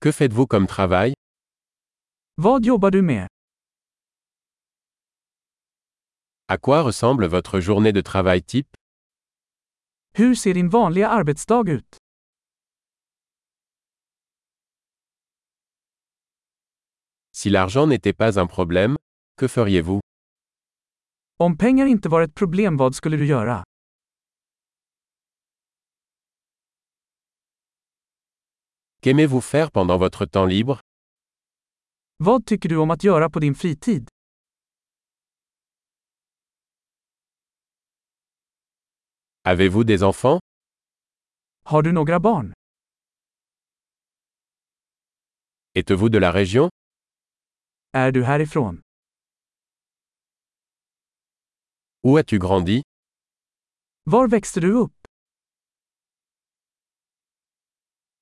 Que faites-vous comme travail Vad jobbar du med? À quoi ressemble votre journée de travail type Hur ser din vanliga arbetsdag ut? Si l'argent n'était pas un problème, que feriez-vous Om pengar inte var ett problem, vad skulle du göra? Qu'aimez-vous faire pendant votre temps libre Vad tycker du om att göra på din fritid? Avez-vous des enfants Har du några barn? Êtes-vous de la région Är du härifrån? Où as-tu grandi Var växte du upp?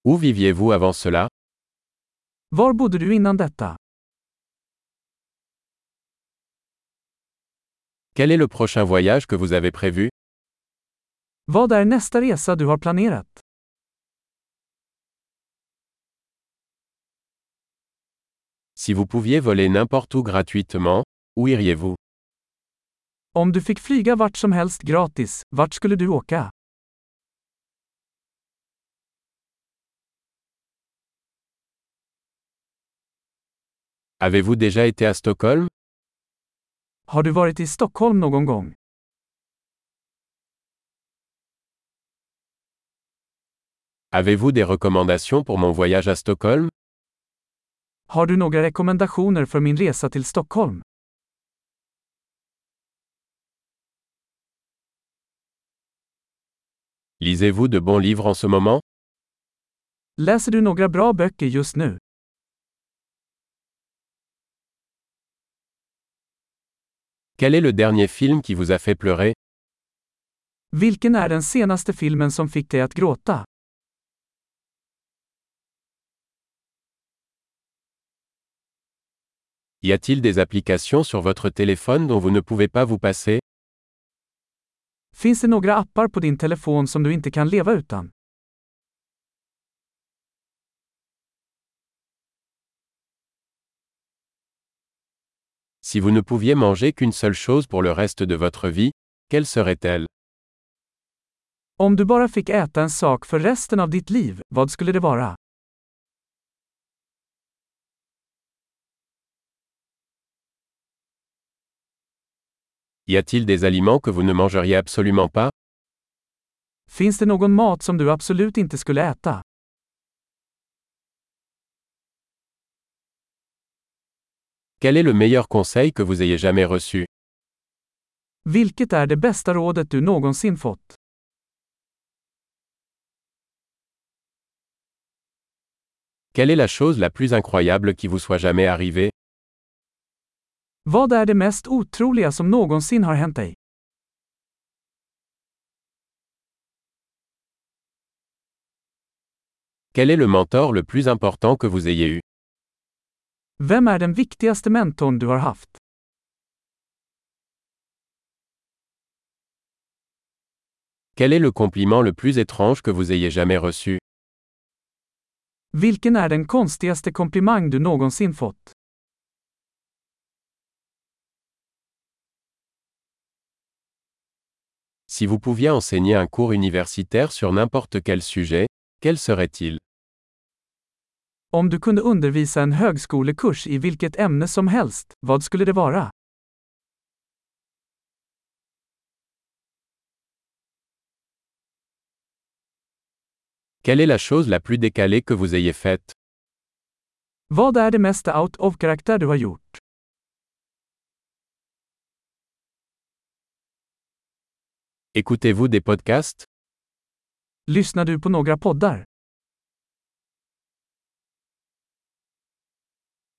Où viviez-vous avant cela Var bodde du innan detta? Quel est le prochain voyage que vous avez prévu Vad är nästa resa du har planerat? Si vous pouviez voler n'importe où gratuitement, où iriez-vous Om du fick flyga vart som helst gratis, vart skulle du åka? Avez-vous déjà été à Stockholm Har du varit i Stockholm någon gång? Avez-vous des recommandations pour mon voyage à Stockholm Har du några rekommendationer för min resa till Stockholm? Lisez-vous de bons livres en ce moment Läser du några bra böcker just nu? Quel est le dernier film qui vous a fait pleurer Vilken är den senaste filmen som fick dig att gråta? Y a-t-il des applications sur votre téléphone dont vous ne pouvez pas vous passer Finns det några appar på din telefon som du inte kan leva utan? Si vous ne pouviez manger qu'une seule chose pour le reste de votre vie, quelle serait-elle Om du bara fick äta en sak för resten av ditt liv, vad skulle det vara? Y a-t-il des aliments que vous ne mangeriez absolument pas Finns det någon mat som du absolut inte skulle äta? Quel est le meilleur conseil que vous ayez jamais reçu Vilket är det bästa rådet du någonsin fått? Quelle est la chose la plus incroyable qui vous soit jamais arrivée Vad är det mest otroliga som någonsin har hänt dig? Quel est le mentor le plus important que vous ayez eu Vem är den viktigaste mentorn du har haft? Quel est le compliment le plus étrange que vous ayez jamais reçu Vilken är den konstigaste komplimang du någonsin fått? Si vous pouviez enseigner un cours universitaire sur n'importe quel sujet, quel serait-il Om du kunde undervisa en högskolekurs i vilket ämne som helst, vad skulle det vara? Quelle est la chose la plus décalée que vous ayez faite Vad är det mest out of karaktär du har gjort? Écoutez-vous des podcasts Lyssnar du på några poddar?